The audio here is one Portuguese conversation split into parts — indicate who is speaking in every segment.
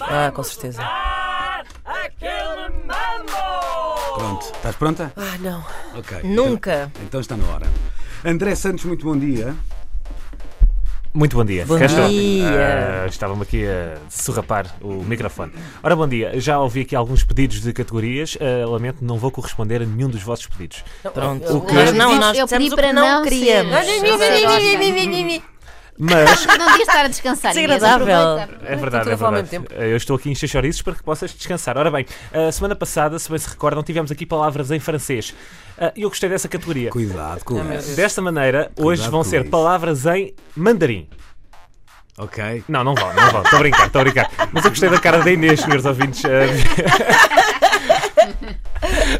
Speaker 1: Ah, com certeza.
Speaker 2: Pronto, estás pronta?
Speaker 1: Ah, não.
Speaker 2: Ok.
Speaker 1: Nunca.
Speaker 2: Então, então está na hora. André Santos, muito bom dia.
Speaker 3: Muito bom dia.
Speaker 1: Bom
Speaker 3: Cá estou.
Speaker 1: dia.
Speaker 3: Ah, Estava-me aqui a surrapar o microfone. Ora, bom dia. Já ouvi aqui alguns pedidos de categorias. Ah, lamento, não vou corresponder a nenhum dos vossos pedidos.
Speaker 1: Pronto.
Speaker 3: O quê?
Speaker 1: Nós não, nós
Speaker 4: Eu
Speaker 1: dissemos
Speaker 4: pedi
Speaker 1: o que
Speaker 4: para
Speaker 1: não
Speaker 4: não ser.
Speaker 1: queríamos.
Speaker 4: Nós nem- nem- nem- nem- nem- nem- nem- nem.
Speaker 3: Mas,
Speaker 4: Não devia estar a descansar. Inês,
Speaker 1: Desagradável.
Speaker 4: aproveita.
Speaker 3: é verdade,
Speaker 1: tudo
Speaker 3: é
Speaker 1: a falar ao
Speaker 3: verdade.
Speaker 1: mesmo
Speaker 3: Ah, Eu estou aqui em chachorizos para que possas descansar. Ora bem, a semana passada, se bem se recordam, tivemos aqui palavras em francês. Ah, E eu gostei dessa categoria.
Speaker 2: Cuidado com isso.
Speaker 3: Desta maneira, hoje
Speaker 2: Cuidado
Speaker 3: vão
Speaker 2: com
Speaker 3: ser
Speaker 2: isso.
Speaker 3: palavras em mandarim.
Speaker 2: Ok.
Speaker 3: Não, não vão, não vão. Estou a brincar, estou a brincar. Mas eu gostei da cara da Inês, senhores ouvintes. Ah,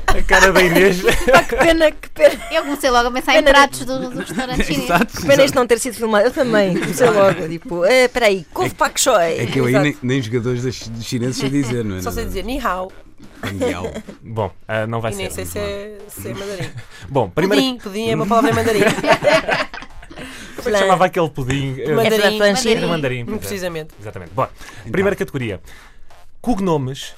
Speaker 3: A cara da Inês.
Speaker 1: Que pena, que pena,
Speaker 4: Eu comecei logo a pensar em pratos do, do restaurante chinês.
Speaker 2: Exato.
Speaker 1: que pena
Speaker 2: exato.
Speaker 1: isto não ter sido filmado. Eu também. Comecei logo. Tipo, eh, peraí, couve pak choi.
Speaker 2: É que eu aí
Speaker 1: Exato.
Speaker 2: nem, nem jogadores das- dos chineses sei dizer, não é?
Speaker 5: Só sei dizer ni hao
Speaker 2: Mundial. Então,
Speaker 3: Bom, ah, não vai
Speaker 5: e nem sei
Speaker 3: ser.
Speaker 5: se é, se é mandarim.
Speaker 3: Bom, primeiro.
Speaker 5: Pudim, pudim é uma palavra em mandarim.
Speaker 3: Como é que chamava aquele pudim? Ah,
Speaker 1: É
Speaker 5: Mandarim.
Speaker 1: para flanchir.
Speaker 3: Era mandarim. pois é.
Speaker 5: Precisamente.
Speaker 3: Exatamente. Bom,
Speaker 2: Então.
Speaker 3: primeira categoria: cognomes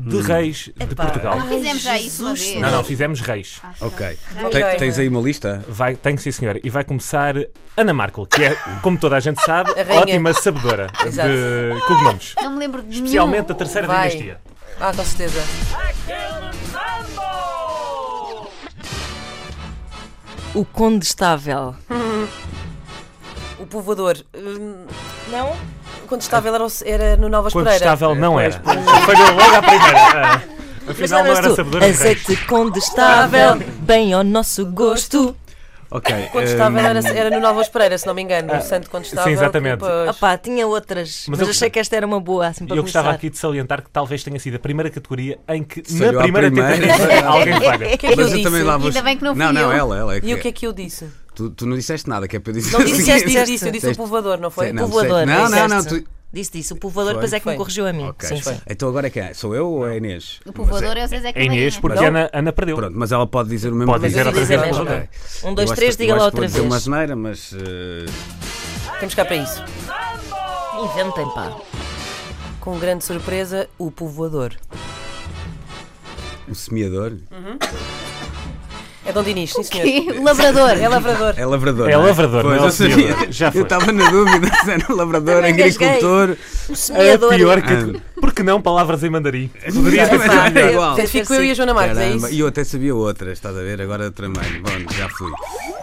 Speaker 3: de reis de
Speaker 1: Epá.
Speaker 3: Portugal.
Speaker 4: Fizemos já isso uma vez.
Speaker 3: Não, não, fizemos reis.
Speaker 2: Ok. Te- Tens aí uma lista?
Speaker 3: Vai, tenho sim, senhora. E vai começar Ana Markle, que é, como toda a gente sabe,
Speaker 5: rainha.
Speaker 3: ótima sabedora
Speaker 5: Exato.
Speaker 3: de cognomes.
Speaker 4: Não me lembro de nenhum.
Speaker 3: Especialmente da terceira
Speaker 5: Vai.
Speaker 3: dinastia.
Speaker 5: Ah, com certeza.
Speaker 1: O condestável.
Speaker 5: O povoador. hum,
Speaker 1: Não?
Speaker 5: Contestável era, o- era no Nova
Speaker 3: Quando
Speaker 5: Espereira.
Speaker 3: estável não era. Falhou logo à primeira. Ah, Afinal, não
Speaker 1: Mas
Speaker 3: era
Speaker 1: tu,
Speaker 3: sabedora de reis.
Speaker 1: azeite condestável, bem ao nosso gosto.
Speaker 2: Ok.
Speaker 5: Contestável
Speaker 2: hum,
Speaker 5: era, era no Nova Espereira, se não me engano. o santo contestável.
Speaker 3: sim, exatamente.
Speaker 5: depois-
Speaker 1: Opá, tinha outras, mas,
Speaker 3: Mas eu-
Speaker 1: achei que esta era uma boa, assim,
Speaker 3: E
Speaker 1: para
Speaker 3: eu gostava
Speaker 1: começar.
Speaker 3: aqui de salientar que talvez tenha sido a primeira categoria em que,
Speaker 2: Falhou
Speaker 3: na
Speaker 2: à
Speaker 3: primeira,
Speaker 2: primeira.
Speaker 3: tentativa, alguém falha.
Speaker 5: O que é que eu
Speaker 2: Mas eu
Speaker 5: disse?
Speaker 2: também lá vou.
Speaker 4: Ainda bem que não fui
Speaker 2: Não, não,
Speaker 4: eu.
Speaker 2: ela, ela. É
Speaker 5: E o que
Speaker 2: que...
Speaker 5: é que eu disse?
Speaker 2: Tu, tu não disseste nada, que é para dizer.
Speaker 5: Não disse
Speaker 1: disseste,
Speaker 5: disse, disse, disse, eu disse o
Speaker 2: disseste.
Speaker 5: povoador, não foi?
Speaker 2: Não,
Speaker 1: povoador,
Speaker 2: disseste- Não, não, não.
Speaker 5: disseste.
Speaker 2: tu-
Speaker 1: Disse, disse, o povoador
Speaker 2: Foi?
Speaker 1: depois é que
Speaker 5: Foi.
Speaker 1: me corrigiu a mim.
Speaker 2: Ok.
Speaker 1: sim, sim.
Speaker 2: Então agora é quem é? Sou eu ou é a Inês?
Speaker 4: O povoador é o Zezé
Speaker 3: A Inês,
Speaker 4: Catarina.
Speaker 3: porque
Speaker 2: Não.
Speaker 3: a Ana, Ana perdeu.
Speaker 2: Pronto, mas ela pode dizer o mesmo
Speaker 3: Pode
Speaker 2: que
Speaker 3: dizer
Speaker 2: disse.
Speaker 3: outra
Speaker 1: Dizer
Speaker 3: vez.
Speaker 1: mesmo.
Speaker 3: Ok.
Speaker 1: Um,
Speaker 2: Eu
Speaker 1: dois,
Speaker 2: acho-
Speaker 1: três,
Speaker 2: eu
Speaker 1: diga
Speaker 2: acho
Speaker 1: lá
Speaker 2: que
Speaker 1: outra
Speaker 2: vou dizer
Speaker 1: vez.
Speaker 2: uma asneira, mas. eh,
Speaker 5: Temos cá para isso.
Speaker 2: um.
Speaker 1: Inventem, pá.
Speaker 5: Com grande surpresa, o povoador.
Speaker 2: um semeador.
Speaker 5: É Dom Dinis, sim senhor.
Speaker 4: Que labrador.
Speaker 5: É lavrador.
Speaker 2: É lavrador.
Speaker 3: É
Speaker 2: não
Speaker 3: lavrador,
Speaker 2: Pois,
Speaker 3: não é
Speaker 2: eu sabia.
Speaker 3: semeador. Já foi.
Speaker 2: Eu estava na dúvida se era um lavrador,
Speaker 1: Também engasguei. O
Speaker 2: agricultor.
Speaker 3: É A
Speaker 2: É
Speaker 1: semeador.
Speaker 3: pior categoria. Por que não palavras em mandarim? Poderia ter
Speaker 2: Mas
Speaker 3: sido
Speaker 2: era
Speaker 3: melhor.
Speaker 2: É igual.
Speaker 5: Portanto, Fico eu e a Joana Marques, é
Speaker 2: Caramba,
Speaker 5: isso?
Speaker 2: e eu até sabia outras, estás a ver? Agora tramei. Bom, já fui.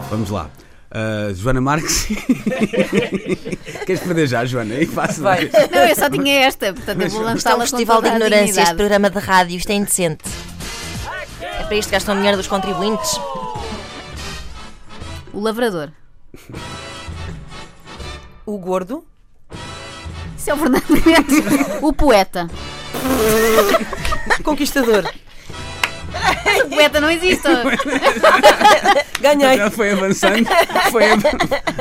Speaker 2: Vamos lá. Ah, Joana Marques. Queres perder já, Joana? E faço
Speaker 5: Vai.
Speaker 4: Não, eu só tinha esta, portanto eu vou
Speaker 1: Isto é um
Speaker 4: lançá-la com
Speaker 1: festival de
Speaker 4: toda a
Speaker 1: ignorância, este
Speaker 4: dignidade.
Speaker 1: programa de rádio, isto é indecente. É para isto que gastam dinheiro dos contribuintes.
Speaker 4: O lavrador.
Speaker 5: O gordo.
Speaker 4: Isso é o Fernando Mendes. O poeta.
Speaker 5: Conquistador.
Speaker 4: O poeta não existe.
Speaker 5: Ganhei.
Speaker 2: Já foi avançando. Foi avan-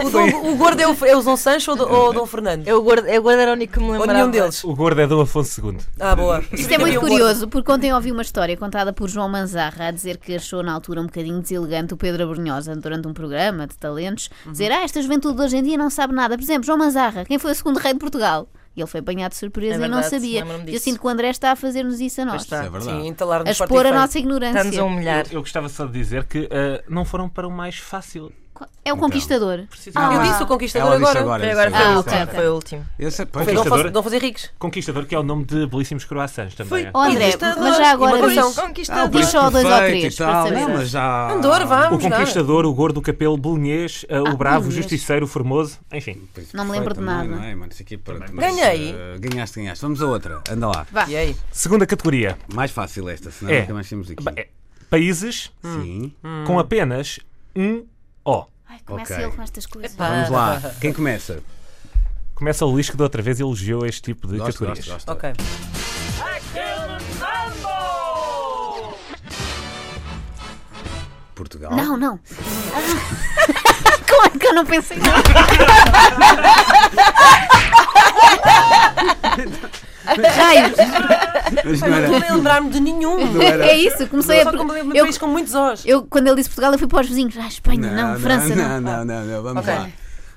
Speaker 5: O,
Speaker 2: foi-
Speaker 5: Dom- o gordo é o, é o Dom Sancho ou o Dom- ou o Dom Fernando?
Speaker 1: Eu guardo, eu guardo era o único que me
Speaker 5: ou
Speaker 1: lembrava.
Speaker 5: nenhum deles?
Speaker 3: O gordo é Dom Afonso II.
Speaker 5: Ah, boa.
Speaker 4: Isto é muito curioso, porque ontem ouvi uma história contada por João Manzarra a dizer que achou na altura um bocadinho deselegante o Pedro Abrunhosa durante um programa de talentos dizer, ah, esta juventude de hoje em dia não sabe nada. Por exemplo, João Manzarra, quem foi o segundo rei de Portugal? E ele foi apanhado de surpresa
Speaker 1: É
Speaker 4: e não
Speaker 1: verdade,
Speaker 4: sabia.
Speaker 1: lembro-me
Speaker 4: Eu
Speaker 1: disso.
Speaker 4: sinto que o André está a fazer-nos isso a nós.
Speaker 2: está. É verdade.
Speaker 5: Sim, entalar
Speaker 4: A expor a nossa ignorância.
Speaker 1: Estamos a humilhar.
Speaker 3: Eu gostava só de dizer que ah, não foram para o mais fácil.
Speaker 4: É
Speaker 2: Então.
Speaker 4: o conquistador.
Speaker 5: Eu disse o conquistador
Speaker 2: Ela disse
Speaker 5: agora.
Speaker 2: agora. é
Speaker 1: Foi agora,
Speaker 2: disse agora.
Speaker 4: Ah, ok.
Speaker 1: foi o último.
Speaker 2: Esse é-
Speaker 5: Foi
Speaker 2: pois,
Speaker 5: Dom Fa-
Speaker 3: Conquistador.
Speaker 5: Dom Fazer Ricos.
Speaker 3: Conquistador, que é o nome de belíssimos croissants também. é.
Speaker 4: Oh, André,
Speaker 5: Conquistador.
Speaker 4: mas já
Speaker 5: E
Speaker 4: agora
Speaker 5: uma
Speaker 4: diz,
Speaker 5: canção.
Speaker 2: Ah, o
Speaker 4: diz
Speaker 2: Príncipe
Speaker 4: só dois ou
Speaker 2: Perfeito e
Speaker 4: três é
Speaker 2: tal,
Speaker 4: para saber.
Speaker 2: não, mas já...
Speaker 5: Andor,
Speaker 3: O
Speaker 5: vamos, não.
Speaker 3: Conquistador, o Gordo, o Capelo, o Bolonhês, ah, o Bravo, o Justiceiro, o Formoso, enfim.
Speaker 2: Príncipe
Speaker 4: Não me lembro de
Speaker 2: Perfeito também,
Speaker 4: nada.
Speaker 2: não é? Mas isso aqui, pronto, mas,
Speaker 5: Ganhei.
Speaker 2: eh, ganhaste, ganhaste. Vamos a outra. Anda lá.
Speaker 5: E aí?
Speaker 3: Segunda categoria:
Speaker 2: Mais fácil esta, senão
Speaker 3: É.
Speaker 2: nunca mais temos aqui.
Speaker 3: Ba- é, Hum. países
Speaker 2: Sim.
Speaker 3: com apenas um O.
Speaker 4: Ai, começa
Speaker 2: Ok.
Speaker 4: ele com estas coisas.
Speaker 2: Vamos lá.
Speaker 3: Ah.
Speaker 2: Quem começa?
Speaker 3: Começa o Luís que da outra vez elogiou este tipo de
Speaker 2: Gosto,
Speaker 3: categorias.
Speaker 2: gosto, gosto.
Speaker 5: Ok.
Speaker 2: Portugal.
Speaker 4: Não, não. Como é que eu não pensei nisso? Raios,
Speaker 2: Mas não
Speaker 5: Não
Speaker 2: era...
Speaker 5: me lembrar-me de nenhum.
Speaker 4: é isso. Comecei
Speaker 5: Só
Speaker 4: a.
Speaker 5: que me lembro de um
Speaker 4: Eu,
Speaker 5: país com muitos Os.
Speaker 4: eu, quando ele disse Portugal, eu fui para os vizinhos. Ah, Espanha, não, França,
Speaker 2: não,
Speaker 4: não.
Speaker 2: não, não, não, vamos
Speaker 5: Ok.
Speaker 2: lá.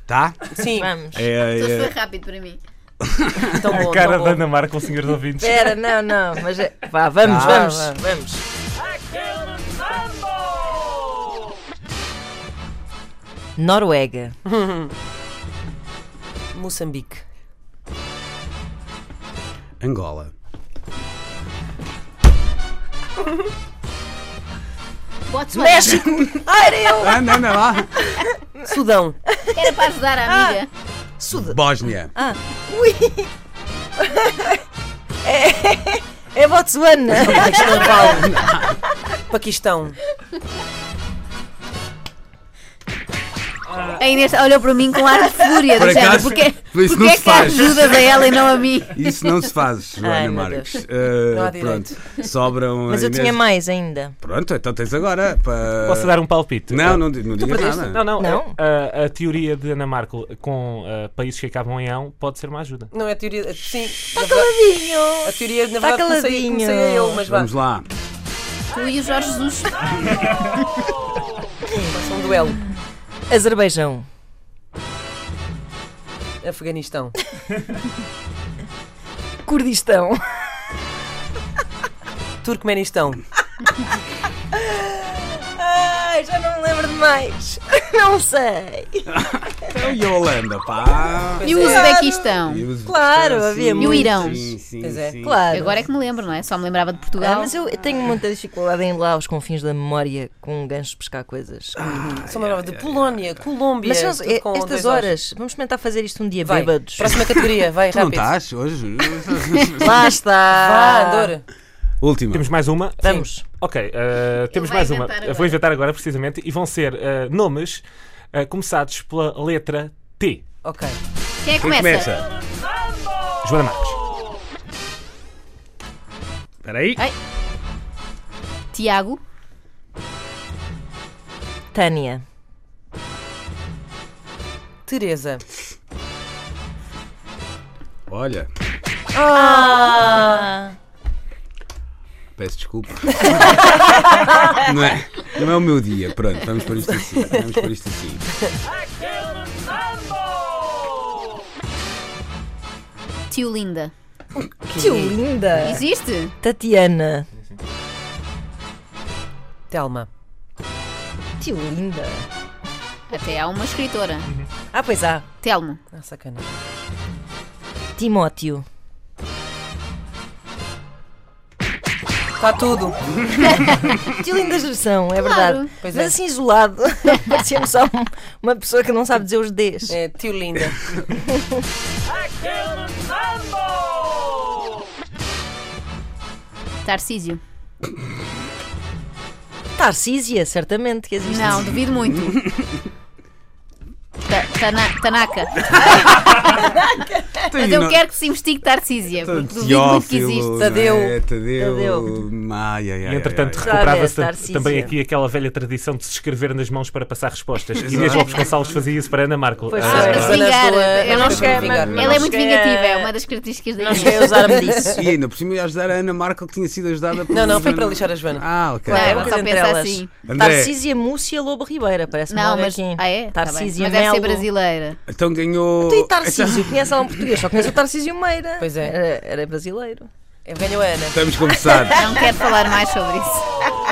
Speaker 2: Tá?
Speaker 5: Sim.
Speaker 1: Vamos.
Speaker 2: É, é,
Speaker 4: Isso foi
Speaker 2: é,
Speaker 4: rápido para mim.
Speaker 1: Tão bom,
Speaker 3: Então A cara
Speaker 1: tão
Speaker 3: da
Speaker 1: bom.
Speaker 3: Ana Marca, com o senhor de ouvintes.
Speaker 1: Espera, não, não, mas é- vá, vamos,
Speaker 5: Tá,
Speaker 1: vamos,
Speaker 5: vá.
Speaker 1: vamos. Noruega,
Speaker 5: Moçambique.
Speaker 2: Angola.
Speaker 4: Botswana.
Speaker 1: México, ah, era eu.
Speaker 2: Ah, não, não, lá.
Speaker 5: Sudão.
Speaker 4: Era para ajudar a amiga.
Speaker 2: Bósnia.
Speaker 1: É Botsuana.
Speaker 5: Paquistão.
Speaker 4: A Inês olhou para mim com ar de fúria,
Speaker 2: Por
Speaker 4: do género.
Speaker 2: acaso,
Speaker 4: Porque,
Speaker 2: isso
Speaker 4: porque
Speaker 2: não
Speaker 4: é
Speaker 2: se
Speaker 4: que
Speaker 2: faz.
Speaker 4: ajudas a ela e não a mim?
Speaker 2: Isso não se faz,
Speaker 5: Ai,
Speaker 2: Joana
Speaker 5: meu
Speaker 2: Marques.
Speaker 5: Deus.
Speaker 2: Eh,
Speaker 5: Não há
Speaker 2: pronto,
Speaker 5: direito.
Speaker 2: sobram.
Speaker 1: Mas
Speaker 2: a
Speaker 1: eu
Speaker 2: Inês-
Speaker 1: tinha mais ainda.
Speaker 2: Pronto, então tens agora. Para...
Speaker 3: Posso dar um palpite?
Speaker 2: Não,
Speaker 3: Ah,
Speaker 2: não, di- não digas nada.
Speaker 3: Não, não.
Speaker 1: Não?
Speaker 3: A, a teoria de Ana Marco com ah, países que acabam em ão pode ser uma ajuda.
Speaker 5: Não é teoria. Sim. na verdade-
Speaker 1: Caladinho.
Speaker 5: A teoria, na
Speaker 1: Tá
Speaker 5: verdade, comecei,
Speaker 1: caladinho.
Speaker 5: comecei a eu, mas vá.
Speaker 2: Vamos lá.
Speaker 4: Tu e o Jorge Jesus.
Speaker 5: Faça um duelo.
Speaker 1: Azerbaijão,
Speaker 5: Afeganistão.
Speaker 1: Kurdistão,
Speaker 5: Turcomenistão.
Speaker 1: Ai, já não me lembro de mais. Não sei.
Speaker 2: Então, e a Holanda, pá.
Speaker 4: E o Uzbequistão.
Speaker 2: E os-
Speaker 1: Claro,
Speaker 2: sim,
Speaker 1: havia
Speaker 4: E o Irão.
Speaker 2: Sim, sim,
Speaker 5: Pois é.
Speaker 2: sim.
Speaker 1: Claro.
Speaker 4: Agora é que me lembro, não é? Só me lembrava de
Speaker 1: Ah,
Speaker 4: Portugal.
Speaker 1: mas eu tenho muita dificuldade em ir lá aos confins da memória com um gancho de pescar coisas.
Speaker 5: Sou uma nova de Polónia, Colômbia.
Speaker 1: mas nós,
Speaker 5: tudo
Speaker 1: é,
Speaker 5: com
Speaker 1: estas
Speaker 5: dois
Speaker 1: horas, vamos tentar fazer isto um dia
Speaker 5: Vai.
Speaker 1: bêbados.
Speaker 5: Próxima categoria, vai,
Speaker 2: Tu não tá?
Speaker 5: rápido. Ah,
Speaker 2: estás hoje?
Speaker 1: Lá está.
Speaker 5: Vá, Andor.
Speaker 2: Última.
Speaker 3: Temos mais uma.
Speaker 1: Vamos.
Speaker 3: Ok, ah, temos
Speaker 4: vai
Speaker 3: mais uma.
Speaker 4: inventar agora.
Speaker 3: Vou inventar agora, precisamente, e vão ser ah, nomes ah, começados pela letra T.
Speaker 5: Ok.
Speaker 4: Quem é que
Speaker 2: Quem
Speaker 4: começa?
Speaker 2: começa?
Speaker 3: Joana Marques.
Speaker 2: Espera aí.
Speaker 4: Tiago,
Speaker 1: Tânia.
Speaker 5: Teresa.
Speaker 2: Olha,
Speaker 4: Ah.
Speaker 2: peço desculpa. não, é, não é o meu dia. Pronto, vamos por isto assim. Vamos por isto assim.
Speaker 4: tio Linda.
Speaker 1: Que linda.
Speaker 4: Existe?
Speaker 1: Tatiana.
Speaker 5: Telma.
Speaker 1: Que linda.
Speaker 4: Até há uma escritora.
Speaker 5: Ah, pois há.
Speaker 4: Telmo,
Speaker 5: Ah, sacana.
Speaker 1: Timóteo.
Speaker 5: Está Tá tudo.
Speaker 1: Que linda geração, é
Speaker 4: Claro.
Speaker 1: verdade.
Speaker 5: Pois
Speaker 1: Mas
Speaker 5: é.
Speaker 1: assim isolado, parecia-me só um- uma pessoa que não sabe dizer os Ds.
Speaker 5: É, tio Linda.
Speaker 4: Tarcísio.
Speaker 1: Tarcísia, certamente que existe.
Speaker 4: Não, duvido muito. Ta- Tana- Tanaka. Mas eu quero que se investigue Tarcísia, porque duvido muito que
Speaker 2: Tadeu.
Speaker 4: existe.
Speaker 5: Tadeu.
Speaker 2: não é? Tadeu.
Speaker 1: Tadeu.
Speaker 2: Ai, ai, ai,
Speaker 3: E entretanto
Speaker 2: ai,
Speaker 1: ai.
Speaker 3: recuperava-se
Speaker 1: Já vê,
Speaker 3: tam-
Speaker 1: Tarcísio.
Speaker 3: também aqui aquela velha tradição de se escrever nas mãos para passar respostas. Inês Lopes Gonçalves fazia isso para Ana Marco.
Speaker 1: Pois
Speaker 3: Ah,
Speaker 1: é.
Speaker 4: Para se
Speaker 5: Mas
Speaker 4: vingar.
Speaker 5: ela-
Speaker 4: Ela,
Speaker 5: ela
Speaker 4: não-
Speaker 5: não quer,
Speaker 4: ela
Speaker 5: mas-
Speaker 4: é muito
Speaker 1: não chega-
Speaker 4: vingativa, é uma das características da
Speaker 1: Não cheguei a
Speaker 4: Inês.
Speaker 1: usar-me disso.
Speaker 2: ai. E ainda por cima ia ajudar a Ana Marca que tinha sido ajudada por
Speaker 5: Não, não, foi
Speaker 2: Joana.
Speaker 5: para lixar a Joana.
Speaker 2: Ah, ok.
Speaker 4: Não,
Speaker 1: é uma
Speaker 4: ela
Speaker 1: coisa
Speaker 2: ok.
Speaker 4: só
Speaker 1: entre
Speaker 4: pensa
Speaker 1: elas.
Speaker 4: assim.
Speaker 2: André,
Speaker 1: Tarcísia Múcia Lobo Ribeira, parece-me
Speaker 4: Não,
Speaker 1: logo
Speaker 4: mas.
Speaker 1: aqui.
Speaker 4: Ah, é? Tá bem.
Speaker 1: Tarcísia
Speaker 4: Mas deve ser
Speaker 1: Melo.
Speaker 4: brasileira.
Speaker 2: então ganhou. Então,
Speaker 1: Tu e Tarcísio, conhece lá um português, só conheço o Tarcísio Meira.
Speaker 5: Pois é.
Speaker 1: Era, era brasileiro.
Speaker 5: Eu ganho a Ana.
Speaker 2: Estamos conversados.
Speaker 4: Não quero falar mais sobre isso.